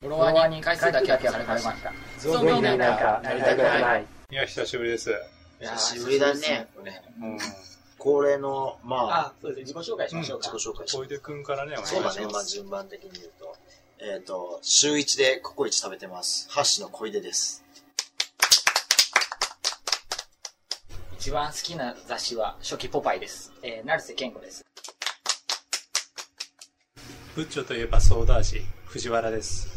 フォロワーに回数だけは消されました。ゾンビになんかなりたくない。いや、久しぶりです。久しぶりだね。うん。恒例の、まあ、あ、そうです。自己紹介しましょう自か己。紹介し小出くんからね、お願いしそうまだす。ね、まあ順番的に言うと。えっ、と、週一でココイチ食べてます。ハッシュの小出です。一番好きな雑誌は初期ポパイです。えー、成瀬健吾です。ブッチョといえばソーダ味、藤原です。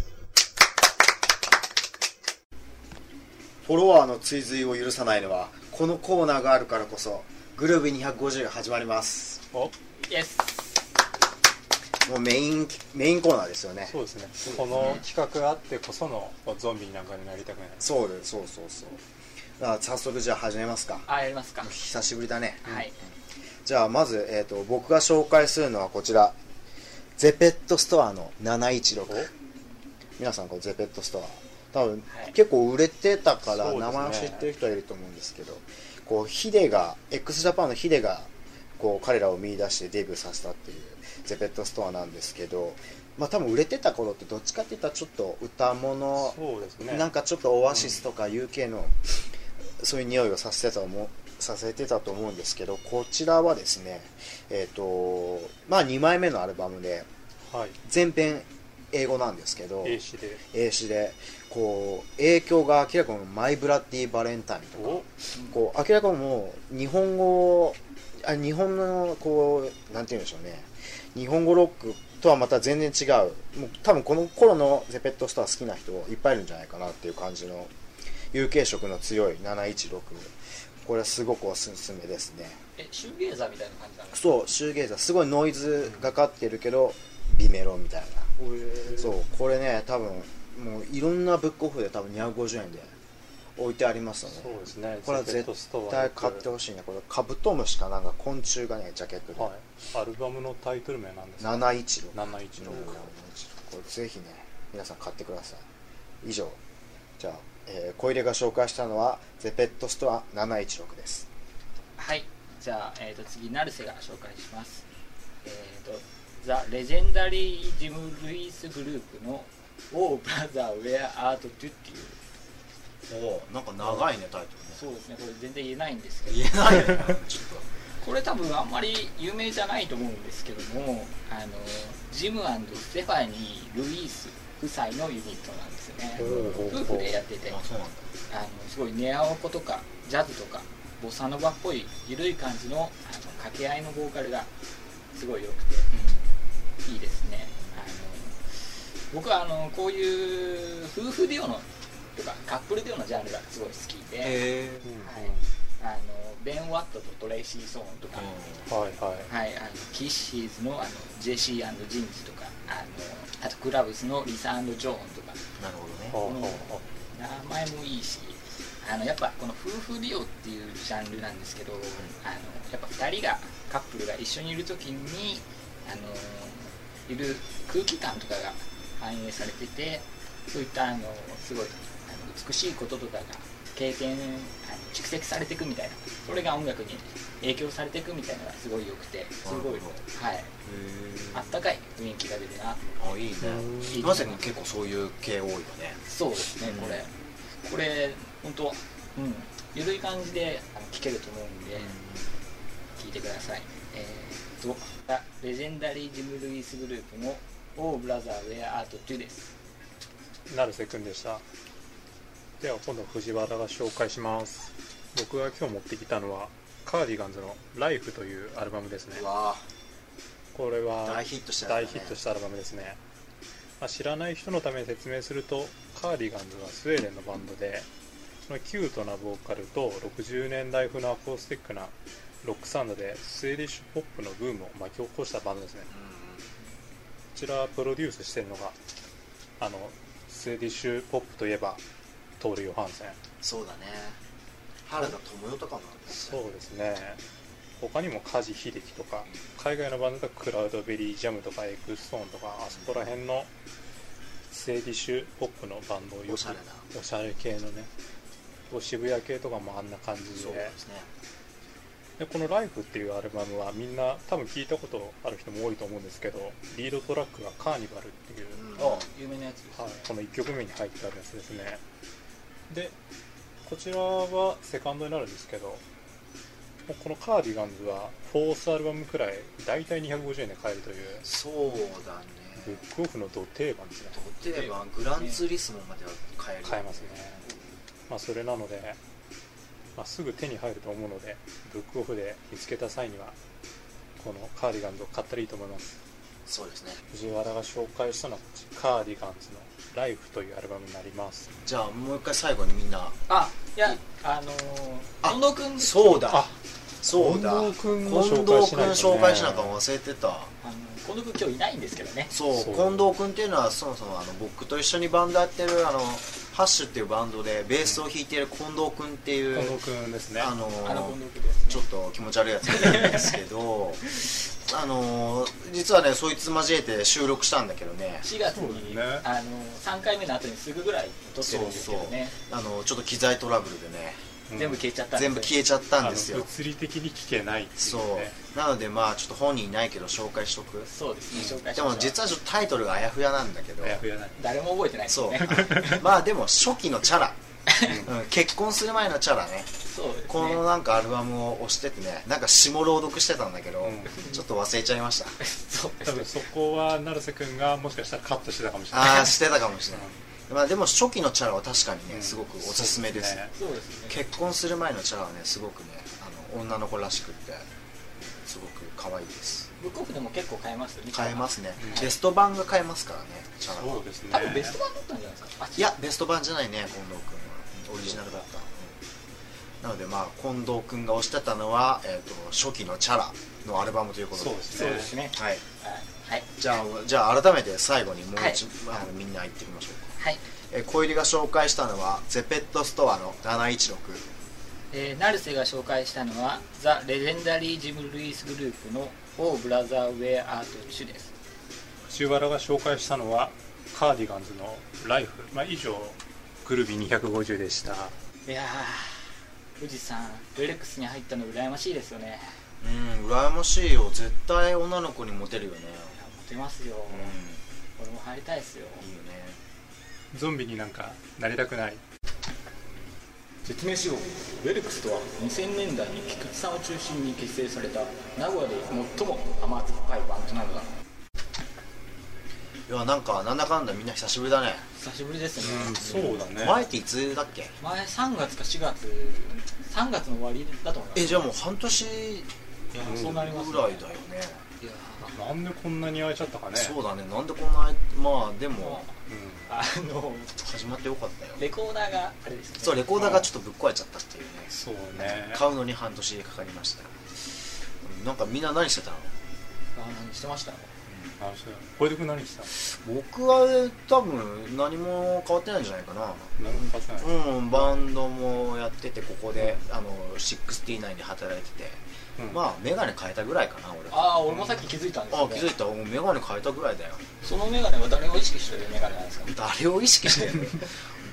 フォロワーの追随を許さないのはこのコーナーがあるからこそグルービー250が始まりますお、イエス。もうメインメインコーナーですよねそうですね。この企画があってこそのゾンビになんかになりたくない。そうですそうそうそうあ早速じゃあ始めますかあ、やりますか。久しぶりだねはい。じゃあまず、えー、と僕が紹介するのはこちらゼペットストアの716皆さんこのゼペットストア多分、はい結構売れてたからそうですね名前を知ってる人はいると思うんですけどこうヒデが x ジャパンのヒデがこう彼らを見出してデビューさせたっていうゼペットストアなんですけどまあ多分売れてた頃ってどっちかって言ったらちょっと歌物そうですね。なんかちょっとオアシスとか UK のそういう匂いをさせてたと思うさせてたと思うんですけどこちらはですねえっ、とまあ2枚目のアルバムではい。全編英語なんですけど英詞で。英詞でこう影響が明らかに「マイ・ブラッディ・バレンタイン」とかお、こう明らかにもう日本語あ日本のこうなんて言うんでしょうね日本語ロックとはまた全然違うもう多分この頃のゼペットスター好きな人いっぱいいるんじゃないかなっていう感じの UK 色の強い716これはすごくおすすめですねえ、シューゲーザーみたいな感じなんですかそうシューゲイザーすごいノイズがかってるけどビメロみたいなそうこれね多分もういろんなブックオフで多分250円で置いてありますよねそうですね。これはゼペッ絶トストア対買ってほしいねこれカブトムシかなんか昆虫がねジャケットで、はい。アルバムのタイトル名なんですか716 716これぜひね皆さん買ってください以上じゃあ、えー、小出が紹介したのはゼペットストア716ですはい。じゃあ、えっ、と、次、成瀬が紹介します。えっ、と、ザ・レジェンダリー・ジム・ルイス・グループの Oh Brother Where Art Do っていう。おおなんか長いねタイトそうですね。これ全然言えないんですけど。言えないよね ちょっこれ多分あんまり有名じゃないと思うんですけどもあのジムステファニー・ルイース夫妻のユニットなんですよね夫婦でやっててあのそうなんだすごいネアオコとかジャズとかボサノバっぽい緩い感じのあの掛け合いのボーカルがすごい良くていいですねあの僕はあのこういう夫婦デュオのとかカップルデュオのジャンルがすごい好きで、へうんはいあのベン・ワットとトレイシー・ソーンとか、うんはいはい。はい、あのキッシーズのあのジェシージンジとかあのあとクラブスのリサジョーンとかなるほどね。ほうほうほ名前もいいしあのやっぱこの夫婦デュオっていうジャンルなんですけど、あのやっぱ2人がカップルが一緒にいる時にあのいる空気感とかが反映されててそういったあのすごいあの美しいこととかが経験あの蓄積されていくみたいなそれが音楽に影響されていくみたいなのがすごい良くてすごい、なるほはい、あったかい雰囲気が出るなあ、いいね。いいなぜか結構そういう系多いよね。そうですね、うんこれこれ本当うん緩い感じであの聴けると思うんで、聞いてくださいえー、っとザレジェンダリージム・ルイスグループの「オーブラザー・ウェア・アート・トゥ」ですう。成瀬くんでした。では今度藤原が紹介します。僕が今日持ってきたのは、カーディガンズのライフというアルバムですね。うわこれは大ヒットしたや大つヒだねットしたアルバムですね、まあ、知らない人のために説明するとカーディガンズはスウェーデンのバンドでそのキュートなボーカルと60年代風のアコースティックなロックサウンドでスウェーディッシュポップのブームを巻き起こしたバンドですねこちらプロデュースしてるのがあのスウェーディッシュポップといえばトール・ヨハンセンそうだね。原田智代とかもそうですね他にも梶秀樹とか海外のバンドだとクラウドベリージャムとかエクストーンとかあそこら辺のスウェーディッシュポップのバンドをよくおしゃれなおしゃれ系のねこう渋谷系とかもあんな感じそうでですね。でこの「LIFE」っていうアルバムはみんな多分聞いたことある人も多いと思うんですけどリードトラックが「カーニバル」っていう、うんあ有名なやつです、はい、この1曲目に入ってあるやつですねでこちらはセカンドになるんですけどもうこの「カーディガンズ」はフォースアルバムくらい大体250円で買えるというそうだブねックオフのド定番ですね例えばグランツーリスモまでは買える買えますねまあそれなので、まあ、すぐ手に入ると思うのでブックオフで見つけた際にはこのカーディガンズを買ったらいいと思いますそうですね藤原が紹介したのはこっちカーディガンズの「ライフというアルバムになりますじゃあもう一回最後にみんなあいやあのーあ近藤君ですそうだあそうだ近藤君近を藤君紹介しないと、ね、紹介しなきゃ忘れてたあの近藤君今日いないんですけどねそうそう近藤君っていうのはそもそもあの僕と一緒にバンドやってるあのハッシュっていうバンドでベースを弾いてる近藤君っていう、近藤君ですねあのあの近藤君です、ね、ちょっと気持ち悪いやつがいるんですけどあの実はねそいつ交えて収録したんだけどね4月そうに、だねあの3回目の後にすぐぐらいに撮ってるんですけどねあのちょっと機材トラブルでねうん全部消えちゃったんで全部消えちゃったんですあのよ物理的に聞けないっていう、ね、そうなのでまあちょっと本人いないけど紹介しとくそうですね紹介しでましもた実はちょっとタイトルがあやふやなんだけどあやふやない誰も覚えてないですそようねまあでも初期のチャラ、うん、結婚する前のチャラねそうですねこのなんかアルバムを押しててねなんか詩も朗読してたんだけど、うんちょっと忘れちゃいましたそうで多す分ねそこは成瀬君がもしかしたらカットしてたかもしれないああしてたかもしれない、まあ、でも初期のチャラは確かにね、うんすごくおすすめですそそううですね結婚する前のチャラはねすごくねあの女の子らしくってすごく可愛いですブックオフでも結構買えますよね買えますね、うんベスト版が買えますからねチャラはそうですね多分ベスト版だったんじゃないですかあいやベスト版じゃないね近藤君はオリジナルだった、うんなのでまあ近藤君が推してたのは、えー、と初期のチャラのアルバムということでそうですそうですねはいはいじゃあじゃあ改めて最後にもう一、はいあのみんな言ってみましょうか、はいえー、小入が紹介したのはゼペットストアの716えー、成瀬が紹介したのはザ・レジェンダリー・ジム・ルイス・グループの「オー・ブラザー・ウェア・アート・チュ」です藤原が紹介したのはカーディガンズの「ライフまあ以上グルビ250でしたいやー富士山ロレックスに入ったの羨ましいですよねうん羨ましいよ絶対女の子にモテるよねいやモテますよ、うん俺も入りたいですよいいよねゾンビになんかなりたくない説明しようウェルクスとは2000年代に菊池さんを中心に結成された名古屋で最も甘酸っぱいバンドなのだいやなんかなんだかんだみんな久しぶりだね、久しぶりですね、うんそうだね前っていつだっけ前3月か4月3月の終わりだと思いますえじゃあもう半年いやそうなりますねぐらいだよねいやなんでこんなに会えちゃったかねそうだねなんでこんなまあでももうんうあの始まってよかったよレコーダーがあれですねそうレコーダーがちょっとぶっ壊れちゃったっていうねそうね買うのに半年かかりましたなんかみんな何してたのあ何してましたあそう小出君何した僕は多分何も変わってないんじゃないかな何も買ってないうんバンドもやっててここで、あの69で働いてて、うんまあ眼鏡変えたぐらいかな俺ああ俺もさっき気づいたんですあけど気づいたうん眼鏡変えたぐらいだよそのメガネは誰を意識してるメガネなんですか誰を意識してるの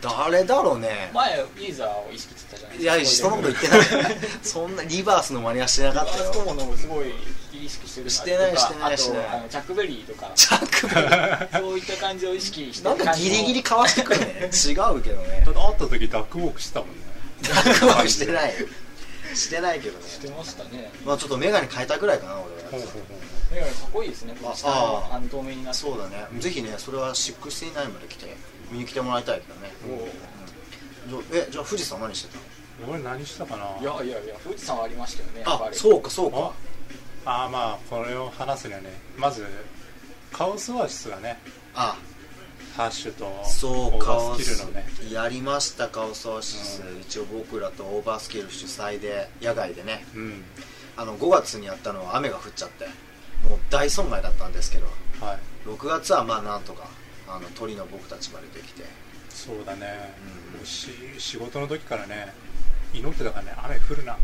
誰だろうね前ウィーザーを意識してたじゃないいですかやそんなこと言ってない そんなリバースのマニアしてなかったあよそう なのすごい意識してるしてないしてないあとしてないあのジャックベリーと かジャックベリーそういった感じを意識してなんかギリギリかわしてくるね違うけどねだって会った時ダックウォークしてたもんねダックはしてない してないけどねしてましたねまあちょっと眼鏡変えたぐらいかな俺はほうほうほうメガネかっこいいですねこの下あのあの透明になってそうだねぜひねそれは69まで来て見に来てもらいたいけどね、うんじゃえじゃあ富士山何してたの俺何したかないやいやいや富士山はありましたよねやっぱありそうかそうあかあーまあこれを話すにはねまずカオスオアシスがねあハッシュとそうオーカバオーススキルのねやりましたカオスオアシス、う一応僕らとオーバースキル主催で野外でねうんあの5月にやったのは雨が降っちゃってもう大損害だったんですけどはい6月はまあなんとかあの鳥の僕たちまでできてそうだね、うんもうし仕事の時からね祈ってたからね雨降るなあ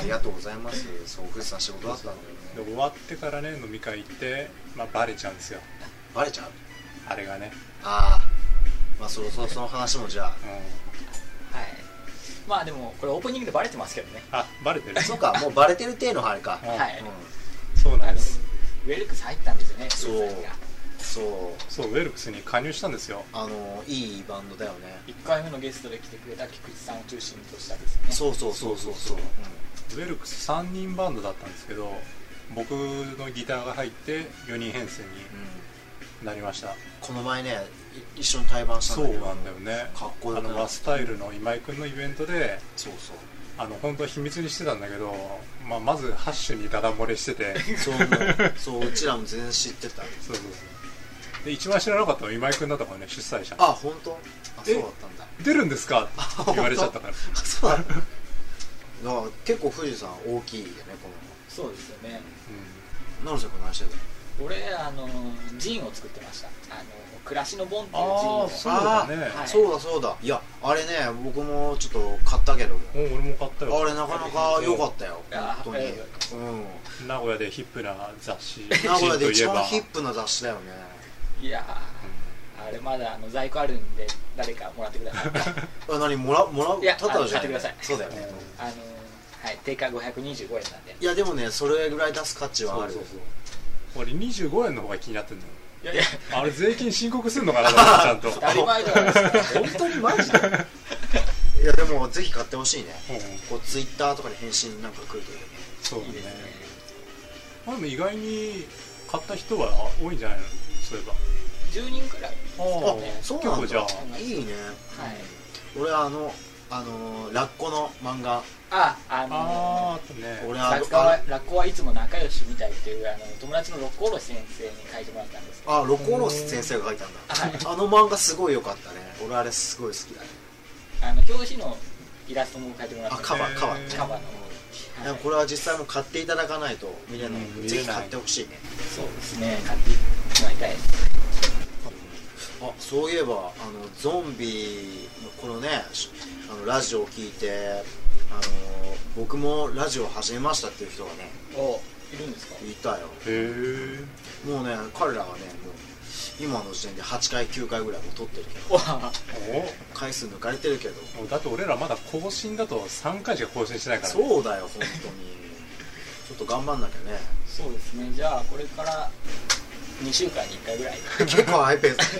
ありがとうございますそう富士山仕事だったんだよでね終わってからね飲み会行って、まあ、バレちゃうんですよバレちゃうあれがね、ああまあそろそろその話もじゃあうはいまあでもこれオープニングでバレてますけどねあバレてるそうかもうバレてる程度のあれか、あはい、うそうあなんのですウェルクス入ったんですよねそウうェルクスがん、そうそうウェルクスに加入したんですよあのいいバンドだよね1回目のゲストで来てくれた菊池さんを中心としたですねそうそうそうそうそう、ウェルクス3人バンドだったんですけど僕のギターが入って4人編成にうんなりましたこの前ねい一緒に対バンしたそうなんだよねかっこよあくないのラスタイルの今井君のイベントでそうそう あの本当は秘密にしてたんだけど、まあ、まずハッシュにダダ漏れし ててそう思うそううちらも全然知ってたそうそうそうで一番知らなかったのは今井君だったからね主催者あ本当あそうだえったんだ出るんですかって言われちゃったからあ そうだっただから結構富士山大きいよねこそうですよねう、の成瀬君何してた俺あのジンを作ってましたあの暮らしのボンっていうんジンあをあそうだね、はいそうだそうだいやあれね僕もちょっと買ったけどももう俺も買ったよあれなかなか良かったよあ本当にえうん名古屋でヒップな雑誌名古屋で一番ジヒンップな雑誌だよねいやーあれまだあの在庫あるんで誰かもらってくださいあ何もらもらういやただじゃあの買ってくださいそうだよねあのはい定価525円なんでいやでもねそれぐらい出す価値はあるそうそうそう俺25円の方が気になってんのよいやいやあれ税金申告するのかなちゃんと、うん当 た り前じゃないですか本当にマジでいやでもぜひ買ってほしいねこうツイッターとかに返信なんか来るとそうねいいですねまあでも意外に買った人は多いんじゃないのそういえば10人くらいああそう結なん構だじゃあいいねはい俺あのあのーラッコの漫画ああのあーあとね俺あ作の家はラッコはいつも仲良しみたいっていうあの友達の六甲おろし先生に書いてもらったんですけどあロコロス先生が書いたんだはいあの漫画すごい良かったね俺あれすごい好きだねあの表紙のイラストも書いてもらったんであカバーカバーねカバーうんの、ではもいこれは実際も買っていただかないと見れない、うんぜ見れひない買ってほしいねそうですね買ってもらいたいですあそういえばあのゾンビのこのねしあのラジオを聞いてあの僕もラジオ始めましたっていう人がねおいるんですかいたよへえもうね彼らはねもう今の時点で8回9回ぐらいもう撮ってるけどおは回数抜かれてるけどおだって俺らまだ更新だと3回しか更新してないからね、そうだよ本当にちょっと頑張んなきゃねそうですねじゃあこれから2週間に1回ぐらい結構ハイペース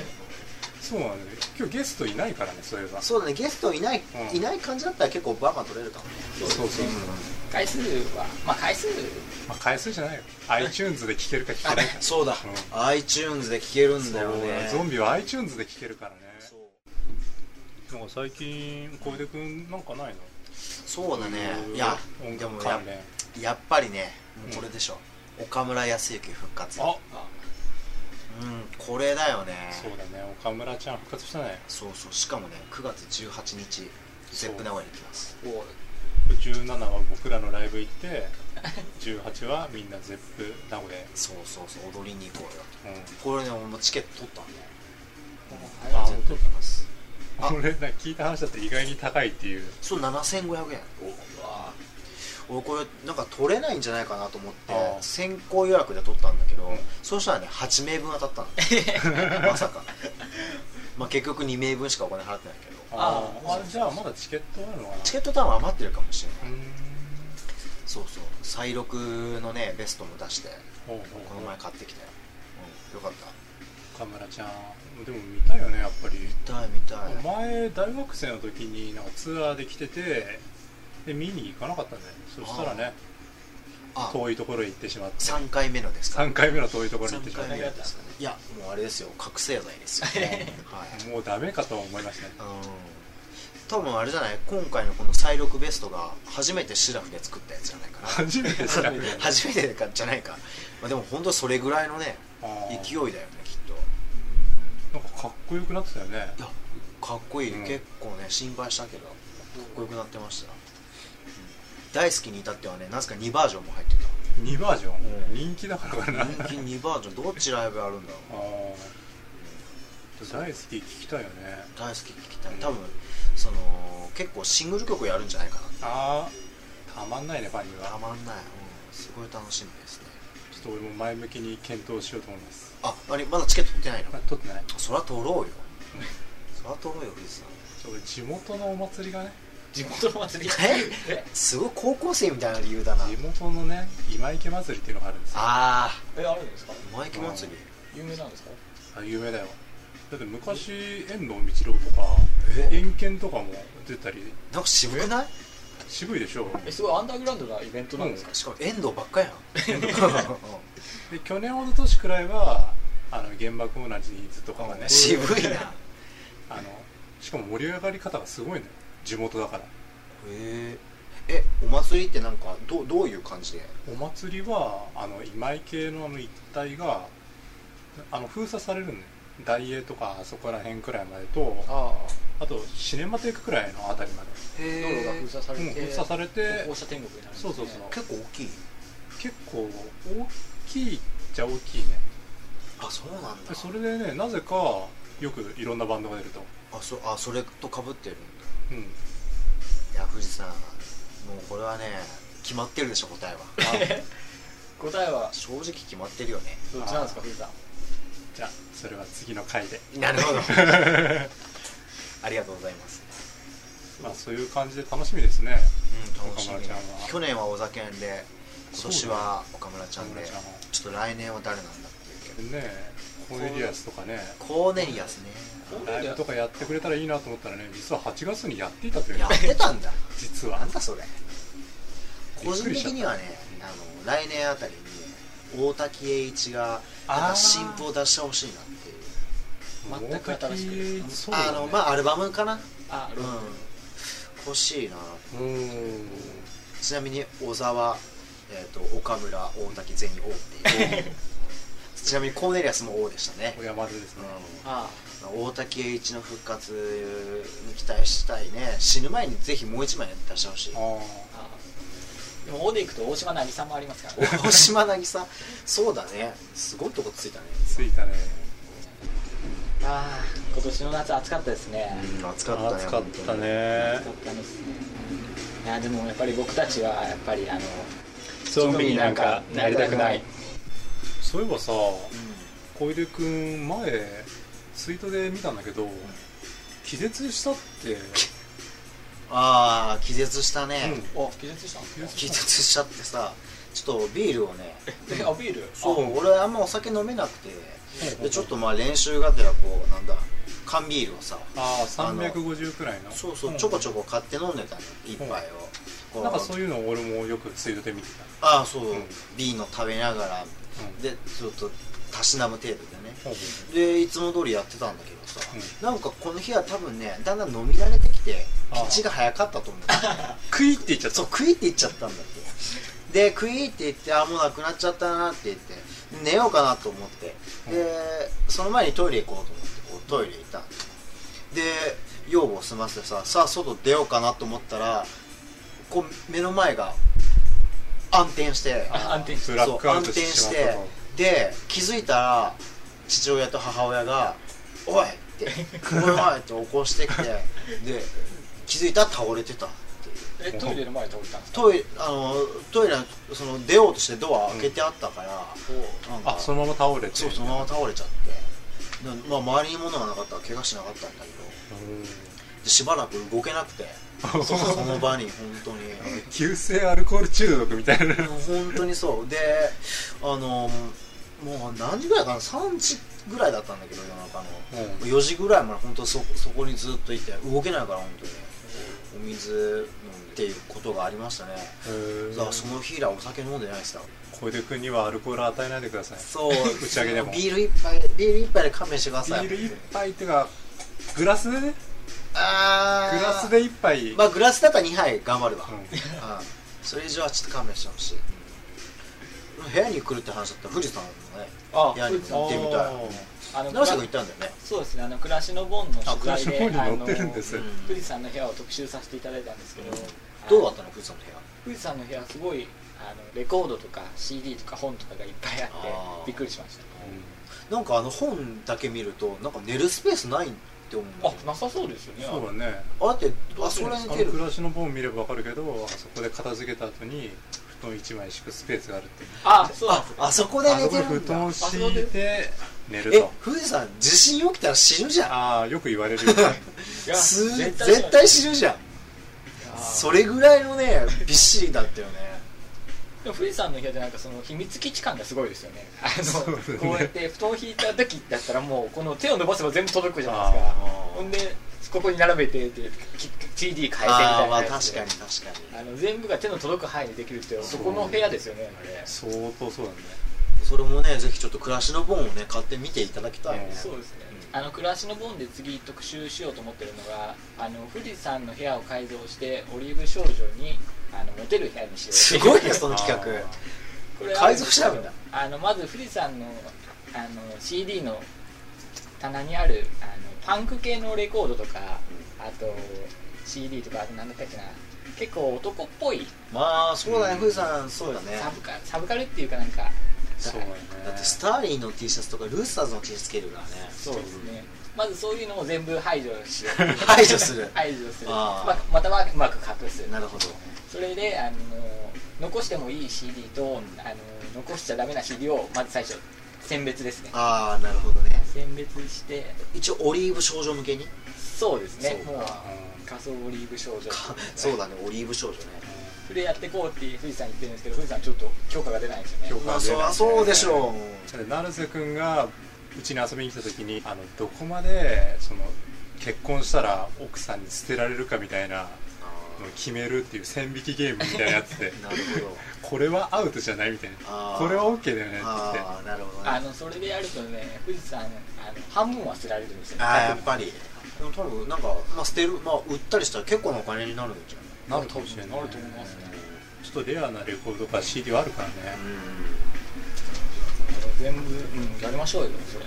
そうなんだよ今日ゲストいないからねそういえば そうだねゲストいない、うんいない感じだったら結構バンバン取れるかもねそうそうそう、回数はまあ回数まあ、回数じゃないよ iTunes で聴けるか聴けないか そうだ、う iTunes で聴けるんだよねゾンビは iTunes で聴けるからねそうなんか最近小出君なんかないのそうだねうんいや音で楽もや関連やっぱりねもうこれでしょ、岡村康之復活ああうんこれだよねそうだね岡村ちゃん復活したねそうそうしかもね9月18日ゼップ名古屋に来ますお17は僕らのライブ行って18はみんなゼップ名古屋へそうそうそう踊りに行こうようこれね俺もチケット取ったんあれはあで取ってますあん、俺ら聞いた話だって意外に高いっていうそう7500円うわ俺これなんか取れないんじゃないかなと思ってああ先行予約で取ったんだけど、うんそうしたらね8名分当たったのまさかまあ結局2名分しかお金払ってないけどあああじゃあまだチケットあるのかなチケット多分余ってるかもしれないうーんそうそう再録のねベストも出してほうほうこほのう前買ってきたよ、うん、よかった岡村ちゃんでも見たよねやっぱり見たい見たい前大学生の時になんかツアーで来ててで見に行かなかったんだよねそしたらねあ遠いところへ行ってしまって3回目のですか3回目の遠いところに行って三しまっ回て目のですかねいやもうあれですよ覚醒剤ですよ、 はいもうダメかと思いましたねうん多分あれじゃない今回のこの再録ベストが初めてシラフで作ったやつじゃないかな初めて知らない初めてかじゃないか、まあ、でも本当それぐらいのね勢いだよねきっといなんかかっこよくなってたよねやかっこいい、うん結構ね心配したけどかっこよくなってました、うん大好きに至ってはねなぜか2バージョンも入って2バージョうんン人気だからかなた人気2バージョンどっちライブやるんだろあうー大好き聞きたいよね大好き聞きたいうん多分その結構シングル曲やるんじゃないかああたまんないねファンになたはまんない、うん、すごい楽しみですねちょっと俺も前向きに検討しようと思いますああれまだチケット取ってないのあ撮ってないそら取ろうよそら取ろうよ藤井さんちょ俺地元のお祭りがね地元の祭りえすごい高校生みたいな理由だな地元のね今池祭りっていうのがあるんですよああえあるんですかマイク祭り有名なんですかあ有名だよだって昔遠藤道郎とかえ遠見とかも出たりなんか渋くない渋いでしょえすごいアンダーグラウンドなイベントなんですか、しかも遠藤ばっかやんで去年おととしくらいはあの原爆も同じニーズとかが ね渋いなあのしかも盛り上がり方がすごいのよ地元だからへえお祭りってなんかどどういう感じでお祭りはあの今池のあの一帯があの封鎖されるのよ大栄とかあそこら辺くらいまでとあああとシネマテークくらいの辺りまで、え道路が封鎖されて、うん封鎖されて放射天国になるんです、そね、うそうそう結構大きい結構大きいっちゃ大きいねあそうなんでそれでねなぜかよくいろんなバンドが出ると、あそあそれとかぶってるんだうん、いや富士山さあもうこれはね決まってるでしょ答えは 答えは正直決まってるよねどっちなんですか藤さんじゃあそれは次の回で、なるほど ありがとうございますまあ、そういう感じで楽しみですねうん楽しみ岡村ちゃんは去年は小酒園で今年は岡村ちゃんで岡村ちゃんはちょっと来年は誰なんだっていうけどでねコーネリアスとかねコーネリアスねライブとかやってくれたらいいなと思ったらね実は8月にやっていたというやってたんだ実なはんだそれび個っく人りし的ちゃったにはねあの来年あたりに大滝栄一がなんあーか新譜を出してほしいなっていう全く新しく大滝そうだあねのまあアルバムかなあうん欲しいなうんちなみに小沢、えー、と岡村大滝全員王っていう ちなみにコーネリアスも王でしたね小、山田ですねあうん、大滝栄一の復活に期待したいね死ぬ前にぜひもう一枚出してほしいあああでも大で行くと大島渚もありますからね大島渚そうだねすごいとこついたねついたねああ今年の夏暑かったですねうん暑かったね暑かったね暑かったですねいやでもやっぱり僕たちはやっぱりあのゾンビになんかなりたくないそういえばさ本小出君前ツイートで見たんだけど気絶したって当にうんああ気絶したね、うんお気絶したんです気絶しちゃってさちょっとビールをねかあビールそう俺あんまお酒飲めなくてうんでちょっとまあ練習がてらこうなんだ缶ビールをさああ350くらいのそうそうちょこちょこ買って飲んでたね一杯をこうなんかそういうのを俺もよくツイートで見てたああそう、ん瓶の食べながらうんでちょっとたしなむ程度でねほうほでいつも通りやってたんだけどさ、うなんかこの日は多分ねだんだん飲み慣れてきてピああッチが早かったと思ううクイって言っちゃったそうクイって言っちゃったんだってでクイって言ってあもうなくなっちゃったなって言って寝ようかなと思ってでその前にトイレ行こうと思ってこうトイレ行ったんだで用を済ませてささあ外出ようかなと思ったらこう目の前が暗転してあ暗転ブラックアウトしてしまっそうた暗と転してで気づいたら父親と母親が「おい!」 って「おいおい!」って起こしてきてで気づいたら倒れてたっていうえトイレの前で倒れたんですかトイレあのトイレのその出ようとしてドア開けてあったから、なんかあそのまま倒れてそうそのまま倒れちゃってなまあ、周りに物がなかったら怪我しなかったんだけどでしばらく動けなくてその場に本当に急性アルコール中毒みたいなもう本当にそうであのもう何時ぐらいかな3時ぐらいだったんだけど夜中の、う4時ぐらいまで本当そそこにずっといて動けないから本当にお水飲んでっていうことがありましたねだからその日以来お酒飲んでないですよ小出君にはアルコール与えないでくださいそう打ち上げでもビール一杯ビール一杯で勘弁してくだビさいール一杯っていうかグラスでねあーグラスで一杯、まあグラスだったら2杯頑張るわ、ううんんそれ以上はちょっと勘弁してほしい部屋に来るって話だったら富士山のねあ部屋に行あってみあーたあのい長瀬君行ったんだよねそうですねあの暮らしのボンのあクラッシ取ュポ材でーに乗ってるんですうん富士山の部屋を特集させていただいたんですけど、どうだったの富士山の部屋富士山の部屋すごいあのレコードとか CD とか本とかがいっぱいあってあーびっくりしましたなんかあの本だけ見るとなんか寝るスペースないって思うんだあけどなさそうですよねそうだねあだってどあうするそんれでにすあ出のる暮らしの本見ればわかるけどあそこで片付けた後に布団一枚敷くスペースがあるっていうあそうなんあですねあそこであ寝そこてでるん布団だを敷いて寝るえと富士山地震起きたら死ぬじゃんああよく言われるよねいやす絶対絶対死ぬじゃんいやそれぐらいのねびっしりだったよ ねでも富士山の部屋ってなんかその秘密基地感がすごいですよねあそうのですねこうやって布団を引いた時だったらもうこの手を伸ばせば全部届くじゃないですかあほんでここに並べてでき CD 変えてみたいああーまなあや確つでかに確かにあの全部が手の届く範囲でできるってそこの部屋ですよねあれー相当そうだねそれもねぜひちょっと暮らしの本をね買って見ていただきたいねねそうですね、あの暮らしのボンで次特集しようと思ってるのがあの富士山の部屋を改造してオリーブ少女にあのモテる部屋にしようすごいねよその企画これ改造しちゃうんだあのまず富士山のあの CD の棚にあるあのパンク系のレコードとかあと CD とかあと何だったっけな結構男っぽい まあそうだね富士山そうだねサブカルサブカルっていうかなんかそうだねだってスターリーの T シャツとかルースターズの T シャツ着てるからねそうですねまずそういうのを全部排除しよう排除する排除するあーままたはうまく隠すなるほどそれであの残してもいい CD とあの残しちゃダメな CD をまず最初選別ですねああなるほどね選別して一応オリーブ少女向けにそうですねそもうかううん仮想オリーブ少女か そうだねオリーブ少女ねそれやってこうって富士山言ってるんですけど富士山ちょっと許可が出ないんですよ許ね可まあそりゃそうでしょだって成瀬君がうちに遊びに来た時にあのどこまでその結婚したら奥さんに捨てられるかみたいなのをう決めるっていう線引きゲームみたいなやつで なるほどこれはアウトじゃないみたいあなーこれは OK だよねって言ってああなるほどあねのそれでやるとね富士山あの半分は捨てられるんですよああやっぱりでも多分なんか、まあ、捨てる、まあ、売ったりしたら結構なお金になるんじゃないなるかもしれないなると思いますねちょっとレアなレコードとか CD はあるからね、う全部、うん、やりましょうよそ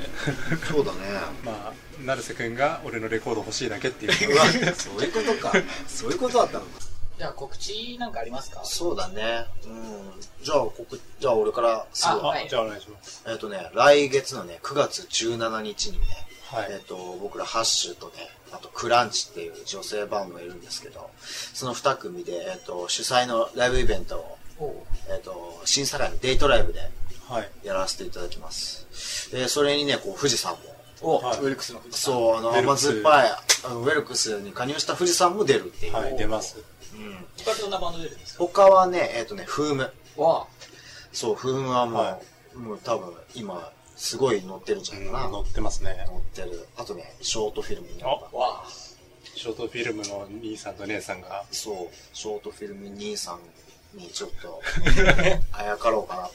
れんそうだねまあ成瀬君が俺のレコード欲しいだけっていう うわそういうことかそういうことだったのかじゃあ告知なんかありますかそうだねうんじゃあここじゃあ俺からすぐあはいあじゃあお願いしますえっ、とね来月のね9月17日にねはいえっ、と、僕らハッシュとね、あとクランチっていう女性バンドがいるんですけど、その2組で、えっ、と、主催のライブイベントを、えっ、と、新査会のデートライブではいやらせていただきます。で、それにね、こう、富士山おも、はいウェルクスの富士山そう、あの、ウェル甘クス酸っぱい、あのウェルクスに加入した富士山も出るっていう。はい出ますうん。他どんなバンド出るんですか他はね、えっ、とね、フーム。わそう、フームはもう、はもう多分、今、すごい乗ってるんじゃないかな。乗ってますね乗ってる。あとね、ショートフィルムになったあ。わあショートフィルムの兄さんと姉さんがそう、ショートフィルム兄さんにちょっ と、あやかろうかなと。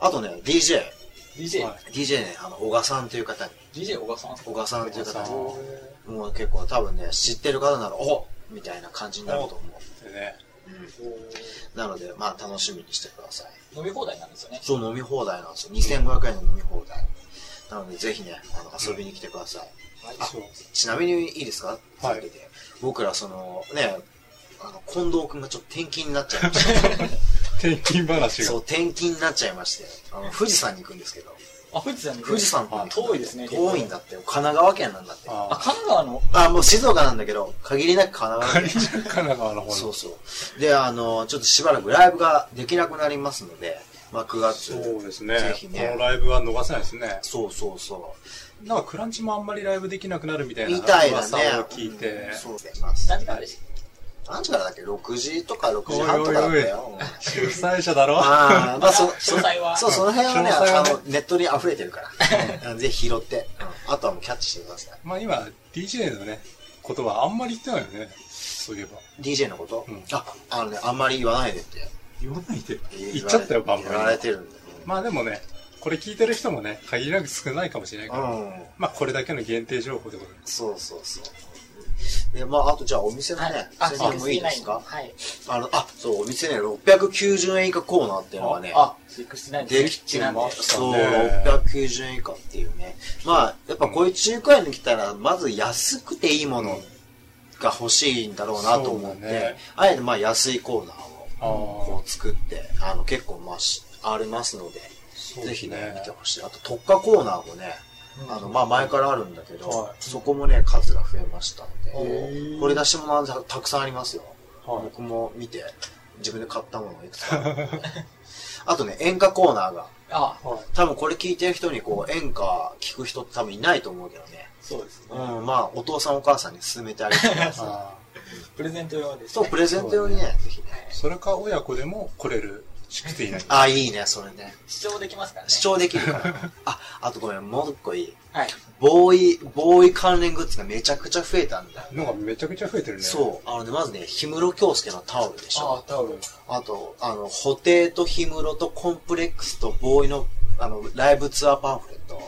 あとね、DJ。 DJ、はい DJ ね、あの、小賀さんという方に、 DJ 小川さん小賀さんという方小賀に、もう結構多分ね、知ってる方なら、おみたいな感じになると思でねう。うん、なので、まあ、楽しみにしてください。飲み放題なんですよねそう、飲み放題なんですよ。2500円の飲み放題。なので、ぜひね、あの遊びに来てください。あそうちなみにいいですかはい続けて僕ら、その、ね、あの、近藤くんがちょっと転勤になっちゃいました。 転勤話そう、が転勤になっちゃいまして、あの、富士山に行くんですけど、あ富士山に富士山あ遠いですね遠いんだって、神奈川県なんだって。あああ神奈川のもう静岡なんだけど、限りなく神奈川県。神奈川の方そうにそう。で、あの、ちょっとしばらくライブができなくなりますので、まあ9月。そうですねぜひねこの。ライブは逃せないですねそうそうそなんかクランチもあんまりライブできなくなるみたう。いなみたいなね噂を。聞いてうんそうです。ます何時からでし何時からだっけ ?6 時とか6時半とかだったよ。うん主催者だろまあ、まあ、そ、 詳細はそう、その辺はね、詳細はあねの、ネットに溢れてるから。ぜひ拾って、うんあとはもうキャッチしてください。まあ今 DJ のねことはあんまり言ってないよねそういえば DJ のこと、うんああのねあんまり言わないでって言わないで言われ言っちゃったよバン言わバれンてるんだよ、まあでもねこれ聞いてる人もね限りなく少ないかもしれないからうんまあこれだけの限定情報でございますそうそうそうでまああとじゃあお店のたね、あ宣伝もいいです69かはいあのあそうお店ね690円以下コーナーっていうのがねあ69できてなんでますそうね690円以下っていうねまあやっぱこういう中華街に来たらまず安くていいものが欲しいんだろうなと思って、そうだねあえてまあ安いコーナーをあーこう作ってあの結構まあしありますのでそうぜでひすねね、見てほしい。あと、特化コーナーもね、あの、まあ、前からあるんだけど、はいそこもね、数が増えましたのへで、ーこれ出し物はたたくさんありますよ。はい僕も見て、自分で買ったものをいく つか。あとね、演歌コーナーが。あはい多分これ聞いてる人に、こう、演歌聞く人って多分いないと思うけどね。そうですね うん、まあ、お父さんお母さんに勧めてあげてくださあープレゼント用です、そう、ね。プレゼント用にね、ぜひね。それか親子でも来れる敷地内に。あ、いいね、それね。視聴できますからね。視聴できるから。あ、あとごめん、もう一個いい。はい。ボーイ、ボーイ関連グッズがめちゃくちゃ増えたんだよ。のがめちゃくちゃ増えてるね。そう。あのね、まずね、氷室京介のタオルでしあょ。あ、タオル。あと、あの、布袋と氷室とコンプレックスとボーイの、あの、ライブツアーパンフレット。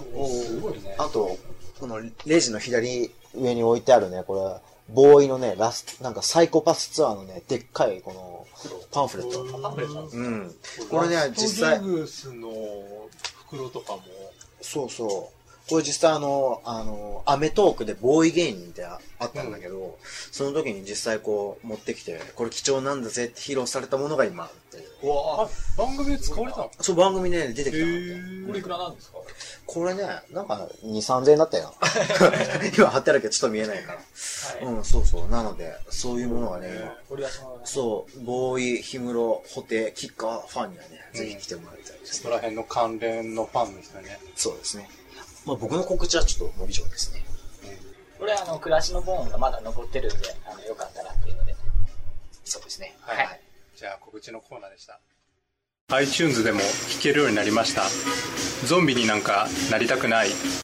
すごいね。あと、このレジの左上に置いてあるね、これ、ボーイのね、ラスなんかサイコパスツアーのね、でっかいこのパンフレット。パンフレットなんですうん。これね実際ラストギグスの袋とかも、そうそう。これ実際あの、あの、アメトークでボーイ芸人ってああったんだけど、その時に実際こう持ってきて、これ貴重なんだぜって披露されたものが今あるっていうう。わあ、番組で使われたのそう番組ね、出てきたのって。ーこれいくらなんですかこれね、なんか2、3000円だったよ。 今貼ってあるけどちょっと見えないから。はい。うん、そうそう。なので、そういうものがね、今、これはその、そう、ボーイ、氷室、ホテ、キッカーファンにはね、ぜひ来てもらいたいですそこね。ら辺の関連のファンの人ね。そうですね。まあ僕の告知はちょっともう以上ですね。これあの、暮らしのボーンがまだ残ってるんで、あの、よかったらっていうので。そうですね。はい。じゃあ告知のコーナーでした。iTunes でも聴けるようになりました。ゾンビになんかなりたくない。